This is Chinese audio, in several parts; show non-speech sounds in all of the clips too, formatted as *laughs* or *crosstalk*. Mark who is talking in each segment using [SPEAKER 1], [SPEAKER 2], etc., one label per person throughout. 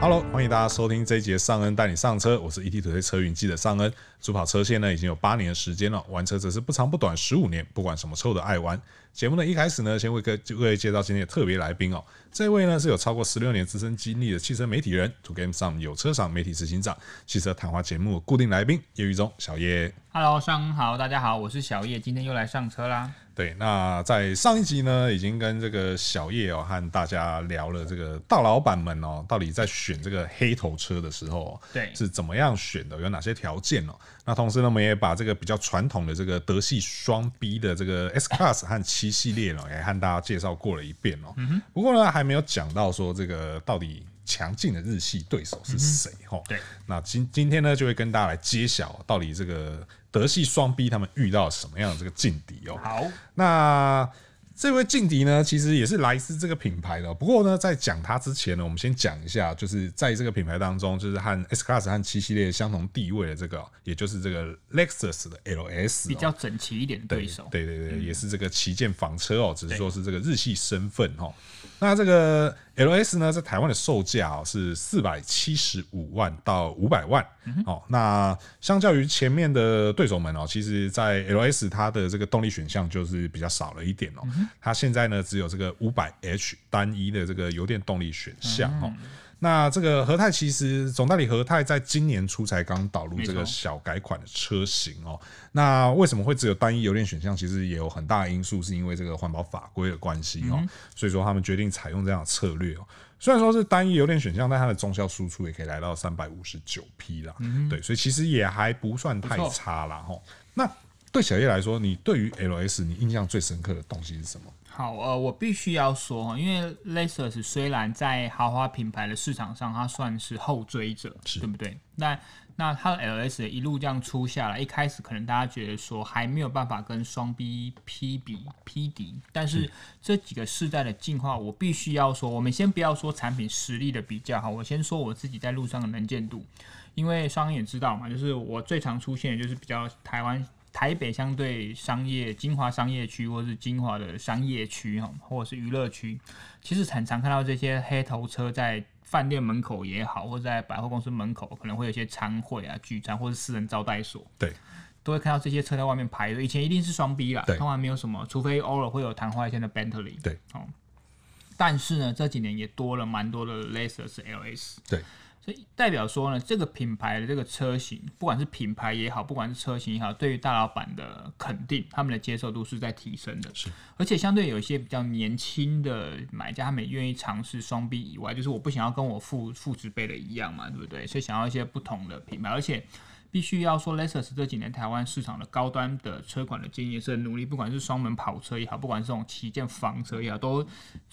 [SPEAKER 1] Hello，欢迎大家收听这一节尚恩带你上车，我是 E ET 土推车云记者尚恩。主跑车线呢已经有八年的时间了，玩车则是不长不短十五年，不管什么车我都爱玩。节目呢一开始呢，先为各各位介绍今天的特别来宾哦，这位呢是有超过十六年资深经历的汽车媒体人，To Game 上有车赏媒体执行长，汽车谈话节目固定来宾叶玉忠小叶。
[SPEAKER 2] Hello，上午好，大家好，我是小叶，今天又来上车啦。
[SPEAKER 1] 对，那在上一集呢，已经跟这个小叶哦和大家聊了这个大老板们哦，到底在选这个黑头车的时候，哦
[SPEAKER 2] 对
[SPEAKER 1] 是怎么样选的，有哪些条件哦？那同时呢，我们也把这个比较传统的这个德系双 B 的这个 S Class 和七系列哦，也和大家介绍过了一遍哦。
[SPEAKER 2] 嗯
[SPEAKER 1] 不过呢，还没有讲到说这个到底。强劲的日系对手是谁？哈、
[SPEAKER 2] 嗯对，
[SPEAKER 1] 那今今天呢，就会跟大家来揭晓到底这个德系双 B 他们遇到什么样的这个劲敌哦。
[SPEAKER 2] 好，
[SPEAKER 1] 那这位劲敌呢，其实也是来自这个品牌的哦、不过呢，在讲它之前呢，我们先讲一下，就是在这个品牌当中，就是和 S Class 和七系列相同地位的这个哦，也就是这个 Lexus 的 LS 哦、
[SPEAKER 2] 比较整齐一点的对手。嗯
[SPEAKER 1] 对对对，也是这个旗舰房车哦，只是说是这个日系身份哦。那这个 LS 呢，在台湾的售价哦是四百七十五万到五百万、
[SPEAKER 2] 嗯
[SPEAKER 1] 哦。那相较于前面的对手们哦，其实，在 LS 它的这个动力选项就是比较少了一点
[SPEAKER 2] 嗯
[SPEAKER 1] 哦。它现在呢只有这个五百 H 单一的这个油电动力选项哦。
[SPEAKER 2] 嗯
[SPEAKER 1] 那这个和泰其实总代理和泰在今年初才刚导入这
[SPEAKER 2] 没
[SPEAKER 1] 个
[SPEAKER 2] 错
[SPEAKER 1] 小改款的车型哦。那为什么会只有单一油电选项？其实也有很大的因素是因为这个环保法规的关系
[SPEAKER 2] 嗯
[SPEAKER 1] 哦，所以说他们决定采用这样的策略哦。虽然说是单一油电选项，但它的中效输出也可以来到三百五十九匹啦，对，所以其实也还不算太
[SPEAKER 2] 嗯不错
[SPEAKER 1] 差啦吼。那对小叶来说，你对于 LS 你印象最深刻的东西是什么？
[SPEAKER 2] 好，呃，我必须要说，因为 Lexus 虽然在豪华品牌的市场上，它算是后追者，对不对？那那它的 LS 一路这样出下来，一开始可能大家觉得说还没有办法跟双 B 匹比匹敌，但是这几个世代的进化，我必须要说，我们先不要说产品实力的比较哈，我先说我自己在路上的能见度，因为商也知道嘛，就是我最常出现的就是比较台湾台北相对商业金华商业区，或是金华的商业区哈，或者是娱乐区，其实常常看到这些黑头车在饭店门口也好，或者在百货公司门口，可能会有一些餐会啊、聚餐或是私人招待所，
[SPEAKER 1] 对，
[SPEAKER 2] 都会看到这些车在外面排队。以前一定是双 B 啦，
[SPEAKER 1] 对
[SPEAKER 2] 通常没有什么，除非偶尔会有昙花一现的 Bentley。
[SPEAKER 1] 对，
[SPEAKER 2] 哦，但是呢，这几年也多了蛮多的 Lexus LS。
[SPEAKER 1] 对，
[SPEAKER 2] 所以代表说呢，这个品牌的这个车型，不管是品牌也好，不管是车型也好，对于大老板的肯定，他们的接受度是在提升的。
[SPEAKER 1] 是，
[SPEAKER 2] 而且相对有一些比较年轻的买家，他们也愿意尝试双 B 以外，就是我不想要跟我父父职辈的一样嘛，对不对？所以想要一些不同的品牌，而且。必须要说，Lexus 这几年台湾市场的高端的车款的经营也是很努力，不管是双门跑车也好，不管是这种旗舰房车也好，都就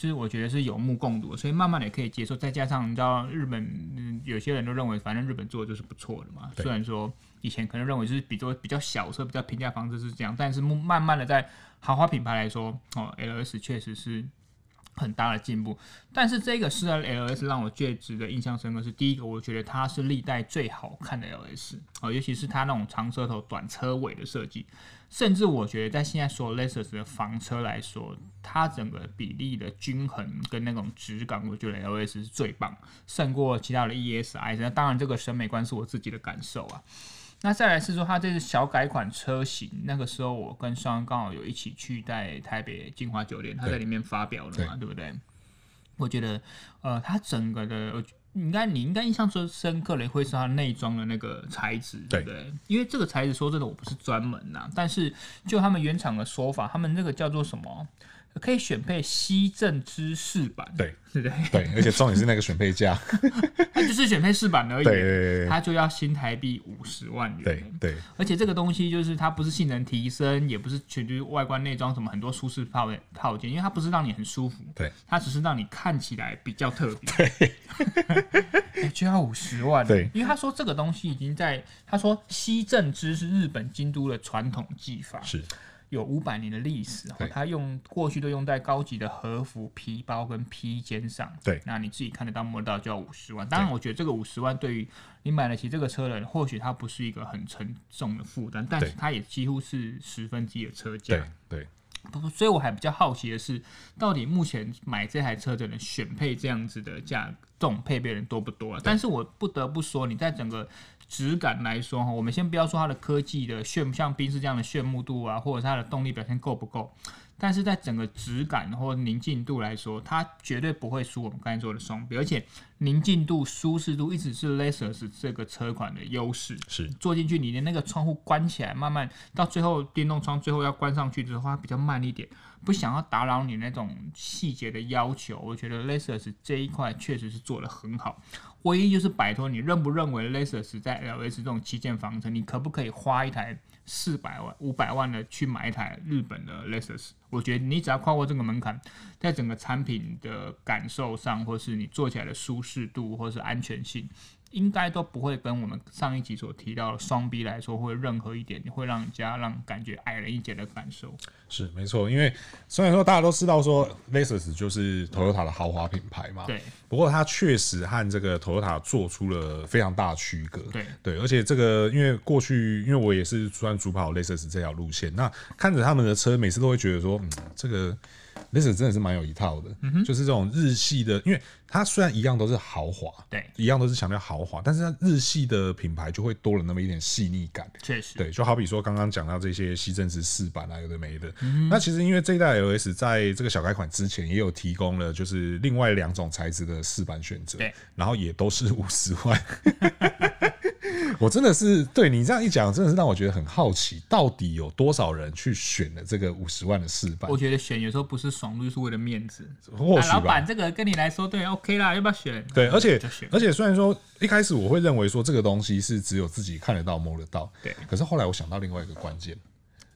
[SPEAKER 2] 是我觉得是有目共睹的，所以慢慢的也可以接受。再加上你知道日本，嗯，有些人都认为反正日本做的就是不错的嘛。
[SPEAKER 1] 对
[SPEAKER 2] 虽然说以前可能认为就是比较比较小车、比较平价房子是这样，但是慢慢慢的在豪华品牌来说，哦，LS 确实是很大的进步。但是这个是 LS 让我最值得印象深刻是第一个，我觉得它是历代最好看的 LS 哦，尤其是它那种长车头、短车尾的设计，甚至我觉得在现在所有 Lexus 的房车来说，它整个比例的均衡跟那种质感，我觉得 LS 是最棒，胜过其他的 ESI。那当然，这个审美观是我自己的感受啊。那再来是说，它这是小改款车型，那个时候我跟双刚好有一起去在台北金华酒店，他在里面发表了嘛，对不对？我觉得，呃，它整个的，我应该你应该印象最深刻的会是它内装的那个材质，对不对？因为这个材质说真的我不是专门呐、但是就他们原厂的说法，他们那个叫做什么，可以选配西正之饰板，
[SPEAKER 1] 对
[SPEAKER 2] 对不对？
[SPEAKER 1] 对，而且重点是那个选配价，
[SPEAKER 2] 它就是选配饰板而已，啊
[SPEAKER 1] 对对对
[SPEAKER 2] 它就要新台币五十万元，
[SPEAKER 1] 对对
[SPEAKER 2] 而且这个东西就是它不是性能提升，也不是全就是外观内装什么很多舒适套套件，因为它不是让你很舒服，
[SPEAKER 1] 对，
[SPEAKER 2] 它只是让你看起来比较特别。对， *laughs* 就要五十万。
[SPEAKER 1] 对，
[SPEAKER 2] 因为他说这个东西已经在他说西正之是日本京都的传统技法，
[SPEAKER 1] 是，
[SPEAKER 2] 有五百年的历史
[SPEAKER 1] 对，
[SPEAKER 2] 它用过去都用在高级的和服、皮包跟披肩上。
[SPEAKER 1] 对
[SPEAKER 2] 那你自己看得到、摸得到就要五十万。当然，我觉得这个五十万对于你买得起这个车的人，或许它不是一个很沉重的负担，但是
[SPEAKER 1] 对
[SPEAKER 2] 它也几乎是十分之一的车价
[SPEAKER 1] 对。对
[SPEAKER 2] 不所以我还比较好奇的是，到底目前买这台车的人选配这样子的价，这种配备的人多不多啊？但是我不得不说，你在整个质感来说哈，我们先不要说它的科技的炫，像宾士这样的炫目度啊，或者是它的动力表现够不够，但是在整个质感或宁静度来说，它绝对不会输我们刚才说的双比，而且宁静度、舒适度一直是 Lexus 这个车款的优势。
[SPEAKER 1] 是
[SPEAKER 2] 坐进去，你的那个窗户关起来，慢慢到最后电动窗最后要关上去之后，它比较慢一点，不想要打扰你那种细节的要求。我觉得 Lexus 这一块确实是做得很好，唯一就是摆脱你认不认为 Lexus 在 LS 这种旗舰房车，你可不可以花一台四百万、五百万的去买一台日本的 Lexus？我觉得你只要跨过这个门槛，在整个产品的感受上，或是你坐起来的舒适度，或是安全性，应该都不会跟我们上一集所提到的双 B 来说，会有任何一点会让人家让感觉矮人一截的感受。
[SPEAKER 1] 是没错，因为虽然说大家都知道说 Lexus 就是 Toyota 的豪华品牌嘛，
[SPEAKER 2] 对，
[SPEAKER 1] 不过它确实和这个 Toyota 做出了非常大的区隔。
[SPEAKER 2] 对
[SPEAKER 1] 而且这个因为过去因为我也是算主跑 Lexus 这条路线，那看着他们的车，每次都会觉得说，嗯，这个 Lexus 真的是蛮有一套的，就是这种日系的，因为它虽然一样都是豪华，
[SPEAKER 2] 对，
[SPEAKER 1] 一样都是强调豪华，但是它日系的品牌就会多了那么一点细腻感。
[SPEAKER 2] 确实，
[SPEAKER 1] 对，就好比说刚刚讲到这些西正式四版啊，有的没的。
[SPEAKER 2] 嗯
[SPEAKER 1] 那其实因为这一代 LS 在这个小改款之前也有提供了，就是另外两种材质的四版选择
[SPEAKER 2] 对，
[SPEAKER 1] 然后也都是五十万。 *laughs* 我真的是对你这样一讲，真的是让我觉得很好奇，到底有多少人去选了这个五十万的四版
[SPEAKER 2] 我？觉得选有时候不是爽度，就是为了面子。
[SPEAKER 1] 或
[SPEAKER 2] 啊、
[SPEAKER 1] 许
[SPEAKER 2] 老
[SPEAKER 1] 吧
[SPEAKER 2] 板，。这个跟你来说对 OK 啦，要不要选？
[SPEAKER 1] 对，而且
[SPEAKER 2] 就选。
[SPEAKER 1] 而且虽然说一开始我会认为说这个东西是只有自己看得到、摸得到，
[SPEAKER 2] 对
[SPEAKER 1] 可是后来我想到另外一个关键，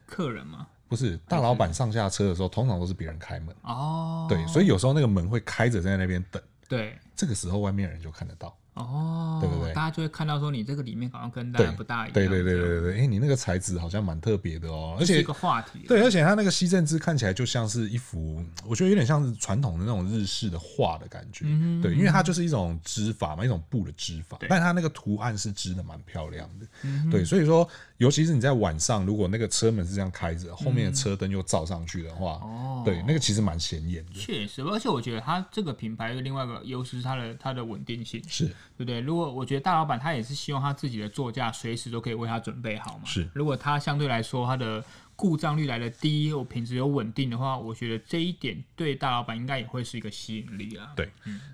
[SPEAKER 2] 客人嘛，
[SPEAKER 1] 不是大老板上下车的时候，通常都是别人开门。
[SPEAKER 2] 哦，
[SPEAKER 1] 对，所以有时候那个门会开着在那边等，
[SPEAKER 2] 对，
[SPEAKER 1] 这个时候外面的人就看得到。
[SPEAKER 2] 哦，
[SPEAKER 1] 对不对
[SPEAKER 2] 大家就会看到说你这个里面好像跟大
[SPEAKER 1] 对
[SPEAKER 2] 家，不大一样，
[SPEAKER 1] 对对对
[SPEAKER 2] 这
[SPEAKER 1] 对
[SPEAKER 2] 样，
[SPEAKER 1] 对对，哎，你那个材质好像蛮特别的哦，而
[SPEAKER 2] 是一
[SPEAKER 1] 且
[SPEAKER 2] 个话题，
[SPEAKER 1] 对，而且它那个西政之看起来就像是一幅，我觉得有点像是传统的那种日式的画的感觉。
[SPEAKER 2] 嗯
[SPEAKER 1] 对，因为它就是一种织法嘛，一种布的织法
[SPEAKER 2] 对，嗯
[SPEAKER 1] 但它那个图案是织的蛮漂亮的。对，所以说，尤其是你在晚上，如果那个车门是这样开着，后面的车灯又照上去的话，
[SPEAKER 2] 哦
[SPEAKER 1] 对，那个其实蛮显眼的。
[SPEAKER 2] 确实，而且我觉得它这个品牌的另外一个优势是它的它的稳定性，
[SPEAKER 1] 是
[SPEAKER 2] 对不对？如果我觉得大老板他也是希望他自己的座驾随时都可以为他准备好嘛。
[SPEAKER 1] 是
[SPEAKER 2] 如果他相对来说他的故障率来的低，我品质有稳定的话，我觉得这一点对大老板应该也会是一个吸引力啊。
[SPEAKER 1] 对，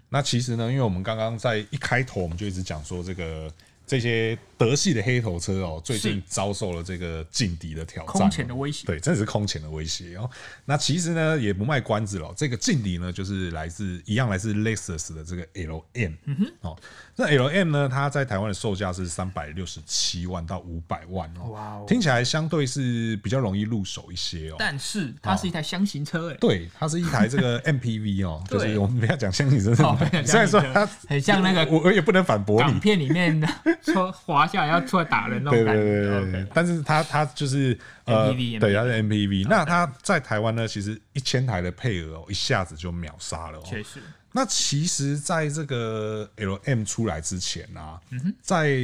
[SPEAKER 1] 那其实呢，因为我们刚刚在一开头我们就一直讲说这个。这些德系的黑头车哦，最近
[SPEAKER 2] 是
[SPEAKER 1] 遭受了这个劲敌的挑战哦，
[SPEAKER 2] 空前的威胁，
[SPEAKER 1] 对，真的是空前的威胁哦。那其实呢，也不卖关子了。这个劲敌呢，就是来自一样来自 Lexus 的这个 LM，嗯哼，哦，那 LM 呢，它在台湾的售价是三百六十七万到五百万哦，
[SPEAKER 2] 哇哦
[SPEAKER 1] 听起来相对是比较容易入手一些哦。
[SPEAKER 2] 但是它是一台箱型车、欸，
[SPEAKER 1] 对，它是一台这
[SPEAKER 2] *laughs*
[SPEAKER 1] 个 MPV 哦，就
[SPEAKER 2] 对
[SPEAKER 1] 是我们不要讲相信真的
[SPEAKER 2] 哦不要，讲
[SPEAKER 1] 虽然说
[SPEAKER 2] 相信
[SPEAKER 1] 它
[SPEAKER 2] 很像那个
[SPEAKER 1] 我我也不能反驳你
[SPEAKER 2] 港，片里面的说滑下来要出来打人那
[SPEAKER 1] 对
[SPEAKER 2] 种感
[SPEAKER 1] 对
[SPEAKER 2] 觉。
[SPEAKER 1] 对对
[SPEAKER 2] OK
[SPEAKER 1] 对，但是它它就是呃，
[SPEAKER 2] MPV
[SPEAKER 1] 对，它是 MPV。那它在台湾呢，其实一千台的配额哦，一下子就秒杀了哦。
[SPEAKER 2] 确实，
[SPEAKER 1] 那其实，在这个 L M 出来之前啊，在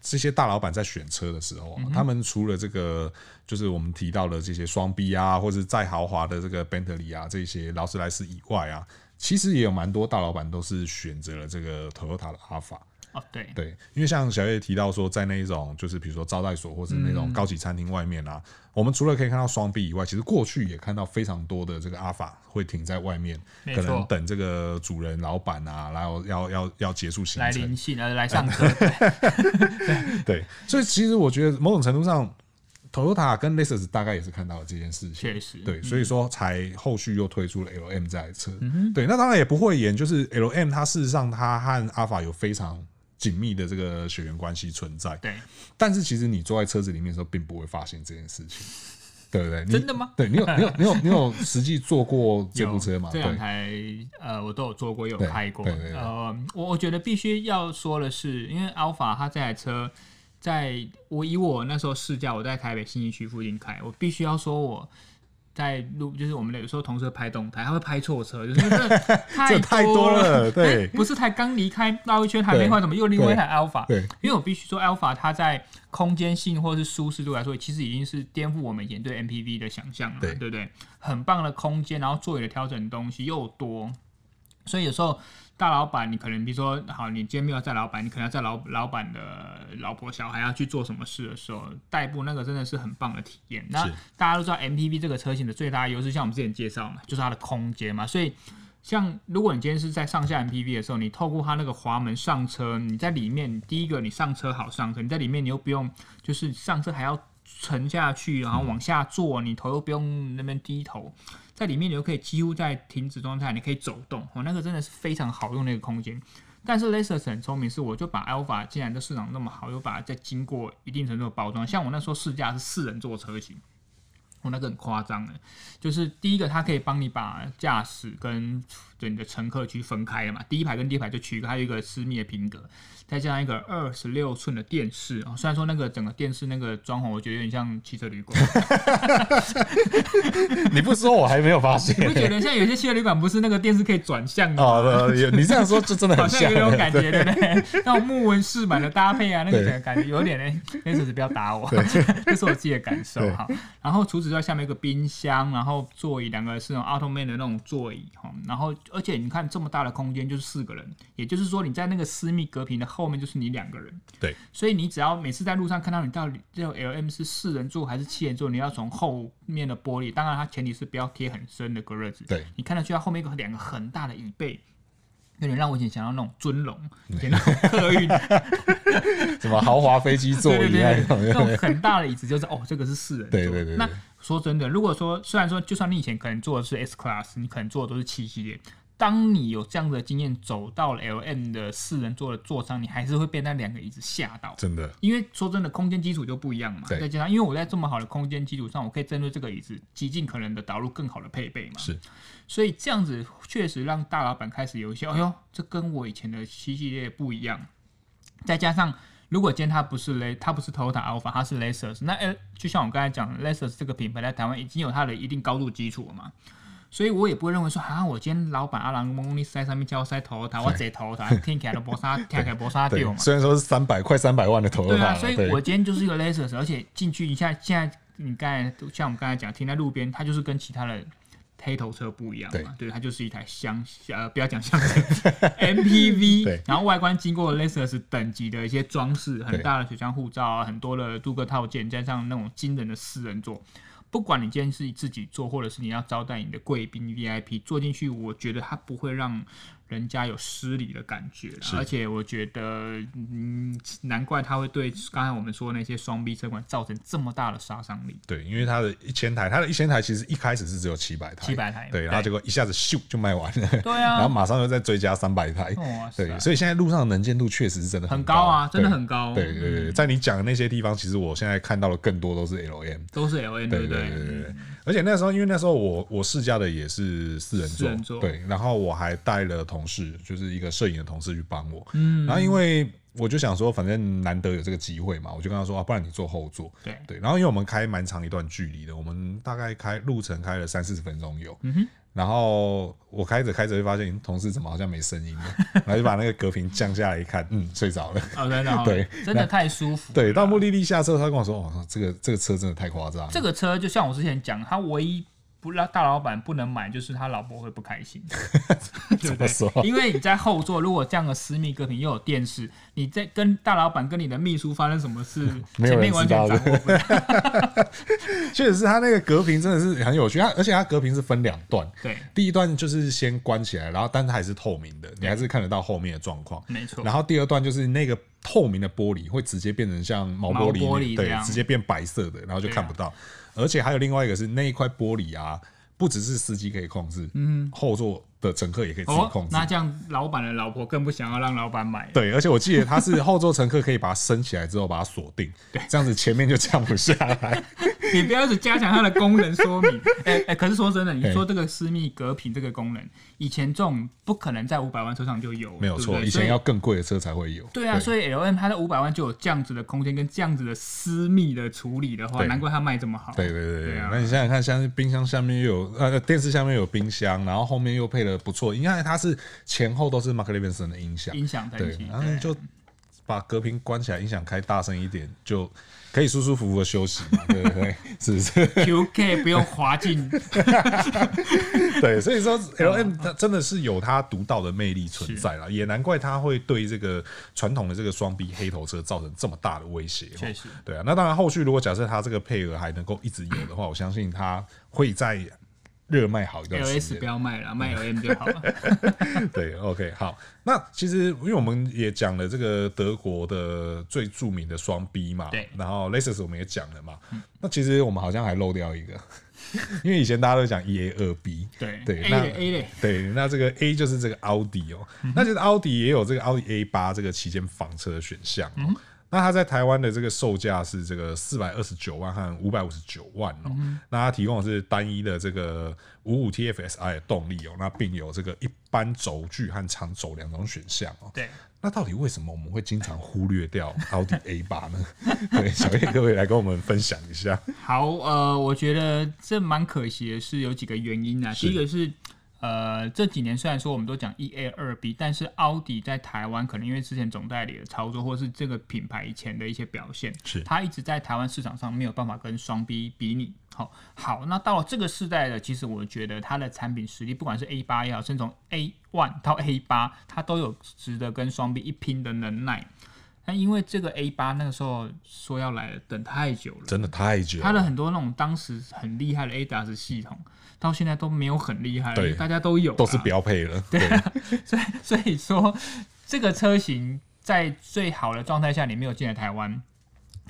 [SPEAKER 1] 这些大老板在选车的时候啊，他们除了这个，就是我们提到的这些双 B 啊，或者再豪华的这个奔特利啊，这些劳斯莱斯以外啊，其实也有蛮多大老板都是选择了这个 Toyota 的阿法。
[SPEAKER 2] 哦对，
[SPEAKER 1] 对，因为像小叶提到说，在那一种就是比如说招待所或是那
[SPEAKER 2] 嗯
[SPEAKER 1] 种高级餐厅外面啊，我们除了可以看到双臂以外，其实过去也看到非常多的这个阿法会停在外面，
[SPEAKER 2] 没
[SPEAKER 1] 可能
[SPEAKER 2] 错
[SPEAKER 1] 等这个主人、老板啊，然后要要要结束行
[SPEAKER 2] 来
[SPEAKER 1] 程
[SPEAKER 2] 灵。性，呃，来上车，
[SPEAKER 1] 对，所以其实我觉得某种程度上，Toyota 跟 Lexus 大概也是看到了这件事情。
[SPEAKER 2] 确实，
[SPEAKER 1] 对，所以说才后续又推出了 L M 这台车。
[SPEAKER 2] 嗯
[SPEAKER 1] 对，那当然也不会演，就是 L M 它事实上它和阿法有非常紧密的这个血缘关系存在。
[SPEAKER 2] 对，
[SPEAKER 1] 但是其实你坐在车子里面的时候，并不会发现这件事情，对不对？你
[SPEAKER 2] 真的吗？
[SPEAKER 1] 对你有你有你有你有实际坐过这部车吗？
[SPEAKER 2] 这
[SPEAKER 1] 对
[SPEAKER 2] 两台呃，我都有坐过，也有
[SPEAKER 1] 对
[SPEAKER 2] 开过。
[SPEAKER 1] 对对对
[SPEAKER 2] 呃，我我觉得必须要说的是，因为 Alpha 它这台车，在我以我那时候试驾，我在台北信义区附近开，我必须要说我。在录，就是我们有时候同事会拍动态，他会拍错车，就是这太
[SPEAKER 1] *laughs* 这太
[SPEAKER 2] 多
[SPEAKER 1] 多了，对
[SPEAKER 2] 不是才刚离开绕一圈还没换，怎么又另外一台 Alpha？
[SPEAKER 1] 对
[SPEAKER 2] 因为我必须说，Alpha 它在空间性或是舒适度来说，其实已经是颠覆我们以前对 MPV 的想象了嘛，
[SPEAKER 1] 对
[SPEAKER 2] 对不对？很棒的空间，然后座椅的调整的东西又多，所以有时候大老板，你可能比如说，好，你今天没有在老板，你可能要在老老板的老婆小孩要去做什么事的时候，代步那个真的是很棒的体验。那
[SPEAKER 1] 是
[SPEAKER 2] 大家都知道 MPV 这个车型的最大优势，像我们之前介绍嘛，就是它的空间嘛，所以。像如果你今天是在上下 MPV 的时候，你透过它那个滑门上车，你在里面，第一个你上车好上车，你在里面你又不用就是上车还要沉下去，然后往下坐，你头又不用那边低头，在里面你就可以几乎在停止状态，你可以走动，哦，那个真的是非常好用的一个空间。但是 Lexus 很聪明，是我就把 Alpha 既然这市场那么好，又把它再经过一定程度的包装。像我那时候试驾是四人座车型，我、那个很夸张的，就是第一个它可以帮你把驾驶跟对你的乘客区分开了嘛，第一排跟第一排就区隔，还有一个私密的屏隔，再加上一个二十六寸的电视啊、哦虽然说那个整个电视那个装潢，我觉得有点像汽车旅馆，
[SPEAKER 1] 你不说我还没有发现
[SPEAKER 2] 你不觉得像有些汽车旅馆不是那个电视可以转向的吗？
[SPEAKER 1] *laughs* 哦，对有你这样说就真的
[SPEAKER 2] 好
[SPEAKER 1] 很
[SPEAKER 2] 像有那种感
[SPEAKER 1] 对
[SPEAKER 2] 觉，对不对？那种木纹饰板的搭配啊，那个
[SPEAKER 1] 对
[SPEAKER 2] 整个感觉有点 *laughs* 嘞，那只是不要打我， *laughs* 这是我自己的感受
[SPEAKER 1] 对
[SPEAKER 2] 哈。然后除此之外，下面有一个冰箱，然后座椅两个是那种 Automan 的那种座椅哈。然后而且你看这么大的空间就是四个人，也就是说你在那个私密隔屏的后面就是你两个人，
[SPEAKER 1] 对，
[SPEAKER 2] 所以你只要每次在路上看到你到底这种 LM 是四人座还是七人座，你要从后面的玻璃，当然它前提是不要贴很深的隔热纸，
[SPEAKER 1] 对，
[SPEAKER 2] 你看得出它后面有两个很大的椅背。有点让我以前想到那种
[SPEAKER 1] *laughs*
[SPEAKER 2] 尊龙，以前那种客运，
[SPEAKER 1] 什么豪华飞 *laughs* 机座
[SPEAKER 2] 对对
[SPEAKER 1] 椅啊
[SPEAKER 2] 对，
[SPEAKER 1] 那
[SPEAKER 2] 对那
[SPEAKER 1] 种，
[SPEAKER 2] 种很大的椅子，就是哦，这个是四人座。
[SPEAKER 1] 对对对对
[SPEAKER 2] 那说真的，如果说虽然说，就算你以前可能坐的是 S Class，你可能坐的都是七系列，当你有这样的经验，走到了 LM 的四人座的座舱，你还是会被那两个椅子吓到。
[SPEAKER 1] 真的
[SPEAKER 2] 因为说真的，空间基础就不一样嘛。
[SPEAKER 1] 对
[SPEAKER 2] 再加上，因为我在这么好的空间基础上，我可以针对这个椅子，极尽可能的导入更好的配备嘛。
[SPEAKER 1] 是，
[SPEAKER 2] 所以这样子确实让大老板开始有一些，哎呦，这跟我以前的七系列不一样。再加上，如果今天它不是雷，它不是 Toyota Alpha，它是 Lexus，那哎，就像我刚才讲的，Lexus 这个品牌在台湾已经有它的一定高度基础了嘛。所以我也不会认为说啊，我今天老板阿郎蒙利塞上面叫我塞头塔，我直接头塔，听起来都没啥，听起来没
[SPEAKER 1] *laughs*
[SPEAKER 2] 啥
[SPEAKER 1] 对
[SPEAKER 2] 掉，嘛。
[SPEAKER 1] 虽然说是三百快三百万的投入
[SPEAKER 2] 对
[SPEAKER 1] 法
[SPEAKER 2] 啊，
[SPEAKER 1] 了，
[SPEAKER 2] 所以
[SPEAKER 1] 对
[SPEAKER 2] 我今天就是一个 Lexus，而且进去一下，现在你刚才像我们刚才讲，停在路边，它就是跟其他的黑头车不一样嘛，对，它就是一台厢呃，不要讲厢车
[SPEAKER 1] *laughs*
[SPEAKER 2] MPV，
[SPEAKER 1] 对
[SPEAKER 2] 然后外观经过 Lexus 等级的一些装饰，很
[SPEAKER 1] 对
[SPEAKER 2] 大的水箱护罩啊，很多的镀铬套件，加上那种惊人的私人座。不管你今天是自己做，或者是你要招待你的贵宾 VIP 坐进去，我觉得它不会让人家有失礼的感觉啦，
[SPEAKER 1] 是
[SPEAKER 2] 而且我觉得，嗯，难怪他会对嗯刚才我们说的那些双 B 车款造成这么大的杀伤力。
[SPEAKER 1] 对，因为它的一千台，它的一千台其实一开始是只有七百台，
[SPEAKER 2] 700台
[SPEAKER 1] 对，然后
[SPEAKER 2] 对
[SPEAKER 1] 结果一下子咻就卖完了，
[SPEAKER 2] 对
[SPEAKER 1] 然后
[SPEAKER 2] 啊，
[SPEAKER 1] 马上又再追加三百台，
[SPEAKER 2] 哇塞
[SPEAKER 1] 对，，所以现在路上的能见度确实是真的
[SPEAKER 2] 啊很
[SPEAKER 1] 高
[SPEAKER 2] 高啊，真的很高。
[SPEAKER 1] 对对对对
[SPEAKER 2] 嗯
[SPEAKER 1] 对，在你讲的那些地方，其实我现在看到的更多都是 L M，
[SPEAKER 2] 都是 L N，
[SPEAKER 1] 对
[SPEAKER 2] 不
[SPEAKER 1] 对对对对。而且那时候，因为那时候我我试驾的也是四人
[SPEAKER 2] 四
[SPEAKER 1] 座，
[SPEAKER 2] 人座
[SPEAKER 1] 对，然后我还带了同事，就是一个摄影的同事去帮我，
[SPEAKER 2] 嗯，
[SPEAKER 1] 然后因为我就想说，反正难得有这个机会嘛，我就跟他说啊，不然你坐后座，
[SPEAKER 2] 对
[SPEAKER 1] 对，然后因为我们开蛮长一段距离的，我们大概开路程开了三四十分钟有。
[SPEAKER 2] 嗯哼，
[SPEAKER 1] 然后我开着开着就发现同事怎么好像没声音了，然后就把那个隔屏降下来一看，嗯，睡着了。
[SPEAKER 2] 哦，真的哦，
[SPEAKER 1] 对
[SPEAKER 2] 真的太舒服。
[SPEAKER 1] 对，到目的地下车，他跟我说：“哦，这个这个车真的太夸张。”
[SPEAKER 2] 这个车就像我之前讲，他唯一不让大老板不能买，就是他老婆会不开
[SPEAKER 1] *laughs*
[SPEAKER 2] 心。对不
[SPEAKER 1] 怎么
[SPEAKER 2] 对？
[SPEAKER 1] 说？
[SPEAKER 2] 因为你在后座，如果这样的私密隔屏又有电视，你在跟大老板跟你的秘书发生什么事，
[SPEAKER 1] *laughs* 没有人
[SPEAKER 2] 前面
[SPEAKER 1] 知
[SPEAKER 2] 完全
[SPEAKER 1] 道
[SPEAKER 2] 掌握不了。
[SPEAKER 1] 确实是它那个隔屏真的是很有趣，它而且它隔屏是分两段， *laughs*
[SPEAKER 2] 对，
[SPEAKER 1] 第一段就是先关起来，然后但它还是透明的，你还是看得到后面的状况。
[SPEAKER 2] 没错
[SPEAKER 1] 然。后第二段就是那个透明的玻璃会直接变成像毛玻璃，
[SPEAKER 2] 毛玻璃这
[SPEAKER 1] 对
[SPEAKER 2] 样，
[SPEAKER 1] 直接变白色的，然后就看不到。啊而且还有另外一个是那一块玻璃啊，不只是司机可以控制，嗯，后座的乘客也可以自己控
[SPEAKER 2] 哦，
[SPEAKER 1] 制。
[SPEAKER 2] 那这样老板的老婆更不想要让老板买。
[SPEAKER 1] 对，而且我记得它是后座乘客可以把它升起来之后把它锁
[SPEAKER 2] *laughs*
[SPEAKER 1] 定，这样子前面就降不下来。
[SPEAKER 2] 你不要一直加强它的功能说
[SPEAKER 1] *laughs*
[SPEAKER 2] 明。哎、哎、可是说真的，你
[SPEAKER 1] 哎
[SPEAKER 2] 说这个私密隔屏这个功能，以前这种不可能在五百万车上就有，
[SPEAKER 1] 没有
[SPEAKER 2] 对不
[SPEAKER 1] 错，
[SPEAKER 2] 对
[SPEAKER 1] 以
[SPEAKER 2] 所
[SPEAKER 1] 前要更贵的车才会有。
[SPEAKER 2] 对啊，所以 L M 它的五百万就有这样子的空间跟这样子的私密的处理的话，
[SPEAKER 1] 对
[SPEAKER 2] 难怪它卖这么好。
[SPEAKER 1] 对对对对
[SPEAKER 2] 对啊
[SPEAKER 1] 那你想想看，像是冰箱下面又有呃电视下面有冰箱，然后后面又配了不错，应该它是前后都是 Mark Levinson 的音响，
[SPEAKER 2] 音响等
[SPEAKER 1] 对
[SPEAKER 2] 级，，
[SPEAKER 1] 然后你就把隔屏关起来，音响开大声一点，就可以舒舒服服的休息嘛，对不对？是不是？ *laughs*
[SPEAKER 2] QK 不用滑进，
[SPEAKER 1] 对，所以说 L
[SPEAKER 2] 啊
[SPEAKER 1] M 它真的是有它独到的魅力存在啦，也难怪它会对这个传统的这个双 B 黑头车造成这么大的威胁。
[SPEAKER 2] *laughs* 确实，
[SPEAKER 1] 对啊，那当然后续如果假设它这个配额还能够一直有的话，我相信它会在热卖好一段
[SPEAKER 2] L
[SPEAKER 1] 时
[SPEAKER 2] S
[SPEAKER 1] 间
[SPEAKER 2] 不。要卖了，卖 L M 就好了。
[SPEAKER 1] *laughs* 对，OK，好。那其实因为我们也讲了这个德国的最著名的双 B 嘛，
[SPEAKER 2] 对
[SPEAKER 1] 然后 Lexus 我们也讲了嘛，那其实我们好像还漏掉一个， *laughs* 因为以前大家都讲 E A 二 B，
[SPEAKER 2] 对
[SPEAKER 1] 对
[SPEAKER 2] ，A
[SPEAKER 1] 那
[SPEAKER 2] 类 A 类，
[SPEAKER 1] 对，那这个 A 就是这个奥迪哦，那其实奥迪也有这个奥迪 A 八这个旗舰房车的选项哦。那它在台湾的这个售价是这个四百二十九万和五百五十九万哦。那它提供的是单一的这个五五 TFSI 的动力哦，那并有这个一般轴距和长轴两种选项哦。
[SPEAKER 2] *laughs* 对，
[SPEAKER 1] 那到底为什么我们会经常忽略掉奥迪 A 八呢？ *laughs* 对，小叶各位来跟我们分享一下。
[SPEAKER 2] 好，呃，我觉得这蛮可惜的是有几个原因啊。第一个是，呃，这几年虽然说我们都讲一 A 二 B，但是奥迪在台湾可能因为之前总代理的操作，或是这个品牌以前的一些表现，
[SPEAKER 1] 是
[SPEAKER 2] 它一直在台湾市场上没有办法跟双 B 比拟。好、好，那到了这个世代的，其实我觉得它的产品实力，不管是 A 八也好，甚至从 A one 到 A 八，它都有值得跟双 B 一拼的能耐。那因为这个 A 八那个时候说要来了，等太久了，
[SPEAKER 1] 真的太久
[SPEAKER 2] 它
[SPEAKER 1] 了，
[SPEAKER 2] 的很多那种当时很厉害的 ADAS 系统，到现在都没有很厉害，
[SPEAKER 1] 对
[SPEAKER 2] 大家都有啊啦，
[SPEAKER 1] 都是标配了。对，
[SPEAKER 2] 所以 *laughs* 所以说这个车型在最好的状态下，你没有进来台湾，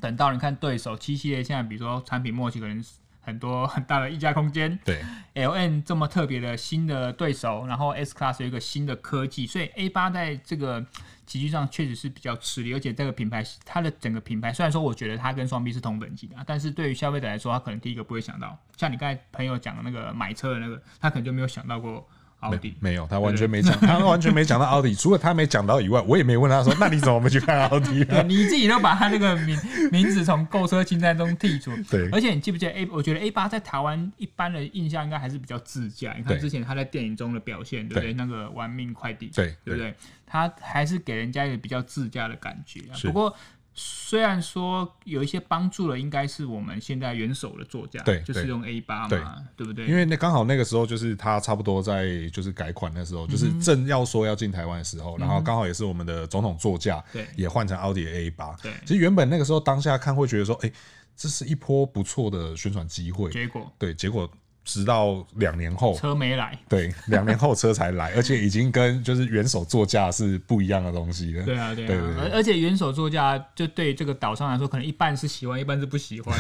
[SPEAKER 2] 等到你看对手七系列，现在比如说产品末期可能很多 *laughs* 很大的溢价空间
[SPEAKER 1] 对，
[SPEAKER 2] ，L N 这么特别的新的对手，然后 S Class 有一个新的科技，所以 A 八在这个集聚上确实是比较吃力，而且这个品牌它的整个品牌，虽然说我觉得它跟双 B 是同等级的啊，但是对于消费者来说，他可能第一个不会想到，像你刚才朋友讲的那个买车的那个，他可能就没有想到过奥迪。
[SPEAKER 1] 没有，他完全没讲，他完全没讲到奥迪。除了他没讲到以外，我也没问他说，那你怎么没去看奥迪啊呢？
[SPEAKER 2] *laughs* 对，你自己都把他那个
[SPEAKER 1] *laughs*
[SPEAKER 2] 名名字从购车清单中剔除。
[SPEAKER 1] 对
[SPEAKER 2] 而且你记不记得 A？我觉得 A 八在台湾一般的印象应该还是比较自驾。你看
[SPEAKER 1] 对
[SPEAKER 2] 之前他在电影中的表现，对不对？
[SPEAKER 1] 对
[SPEAKER 2] 那个玩命快递，
[SPEAKER 1] 对
[SPEAKER 2] 对不对？他还是给人家一个比较自驾的感觉、啊。
[SPEAKER 1] 是
[SPEAKER 2] 不过。虽然说有一些帮助了，应该是我们现在元首的座驾，
[SPEAKER 1] 对
[SPEAKER 2] 就是
[SPEAKER 1] 对
[SPEAKER 2] 用 A 八
[SPEAKER 1] 对
[SPEAKER 2] 嘛，对不对？
[SPEAKER 1] 因为那刚好那个时候就是他差不多在就是改款的
[SPEAKER 2] 嗯
[SPEAKER 1] 时候，就是正要说要进台湾的时候，然后刚好也是我们的总统座驾
[SPEAKER 2] 对
[SPEAKER 1] 也换成奥迪 A 八。
[SPEAKER 2] 对
[SPEAKER 1] 其实原本那个时候当下看会觉得说，哎，这是一波不错的宣传机会。
[SPEAKER 2] 结果
[SPEAKER 1] 对，结果直到两年后。
[SPEAKER 2] 车没来，
[SPEAKER 1] 对，两年后车才来，而且已经跟就是元首座驾是不一样的东西了。
[SPEAKER 2] 对啊，对
[SPEAKER 1] 对
[SPEAKER 2] 啊
[SPEAKER 1] 对，对
[SPEAKER 2] 而而且元首座驾就对这个岛上来说，可能一半是喜欢，一半是不喜
[SPEAKER 1] *laughs*
[SPEAKER 2] 欢。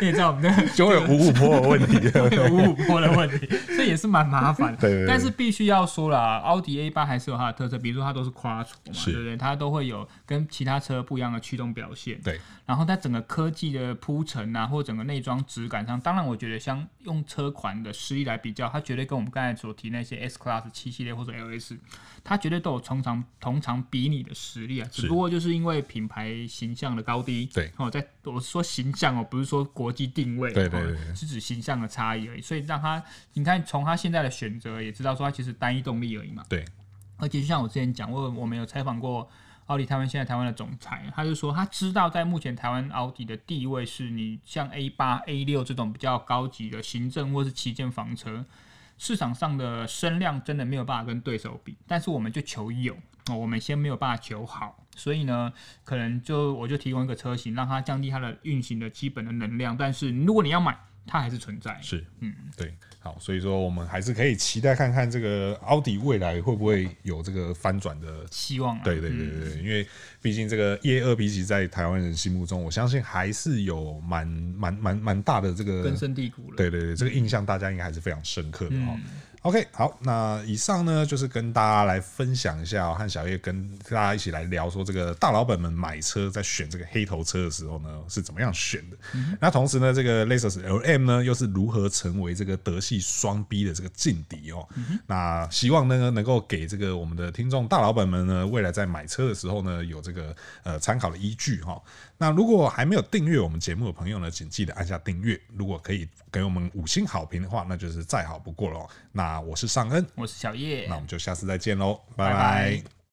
[SPEAKER 2] 你也知道我们的 *laughs*
[SPEAKER 1] 就会有五五坡的问题了。
[SPEAKER 2] 会有五五波的问题，这也是蛮麻烦的。
[SPEAKER 1] 对对对
[SPEAKER 2] 但是必须要说啦，奥迪 A 八还是有它的特色，比如说它都是 quattro 嘛，
[SPEAKER 1] 是
[SPEAKER 2] 对不对？它都会有跟其他车不一样的驱动表现。
[SPEAKER 1] 对，
[SPEAKER 2] 然后它整个科技的铺陈啊，或整个内装质感上，当然我觉得像用车款的实力来比较，它绝对跟我们刚才所提那些 S Class 七系列或者 LS，它绝对都有同常同常比拟的实力啊。只不过就是因为品牌形象的高低，
[SPEAKER 1] 对
[SPEAKER 2] 哦，在我说形象哦，不是说国际定位，
[SPEAKER 1] 对对
[SPEAKER 2] 哦
[SPEAKER 1] 对
[SPEAKER 2] 是指形象的差异而已。所以让它，你看从它现在的选择也知道说它其实单一动力而已嘛。
[SPEAKER 1] 对，
[SPEAKER 2] 而且就像我之前讲过，我们有采访过奥迪他们现在台湾的总裁，他就说他知道在目前台湾奥迪的地位是你像 A 八、A 六这种比较高级的行政或是旗舰房车，市场上的声量真的没有办法跟对手比，但是我们就求有。哦，我们先没有办法求好，所以呢，可能就我就提供一个车型，让它降低它的运行的基本的能量。但是如果你要买，它还是存在。
[SPEAKER 1] 是，嗯，对，好，所以说我们还是可以期待看看这个奥迪未来会不会有这个翻转的。
[SPEAKER 2] 希望啊，
[SPEAKER 1] 对对对对，对因为毕竟这个 E 二 B 级在台湾人心目中，我相信还是有蛮蛮蛮蛮大的这个
[SPEAKER 2] 根深蒂固了。
[SPEAKER 1] 对对对，这个印象大家应该还是非常深刻的哦。 OK，好，那以上呢就是跟大家来分享一下、哦，和小叶跟大家一起来聊说，这个大老板们买车在选这个黑头车的时候呢是怎么样选的。那同时呢，这个 Lexus LM 呢又是如何成为这个德系双 B 的这个劲敌哦。那希望呢能够给这个我们的听众大老板们呢，未来在买车的时候呢有这个呃参考的依据哈、哦。那如果还没有订阅我们节目的朋友呢，请记得按下订阅。如果可以给我们五星好评的话，那就是再好不过了哦。那我是尚恩，
[SPEAKER 2] 我是小叶
[SPEAKER 1] 那我，们就下次再见喽，拜
[SPEAKER 2] 拜
[SPEAKER 1] 拜
[SPEAKER 2] 拜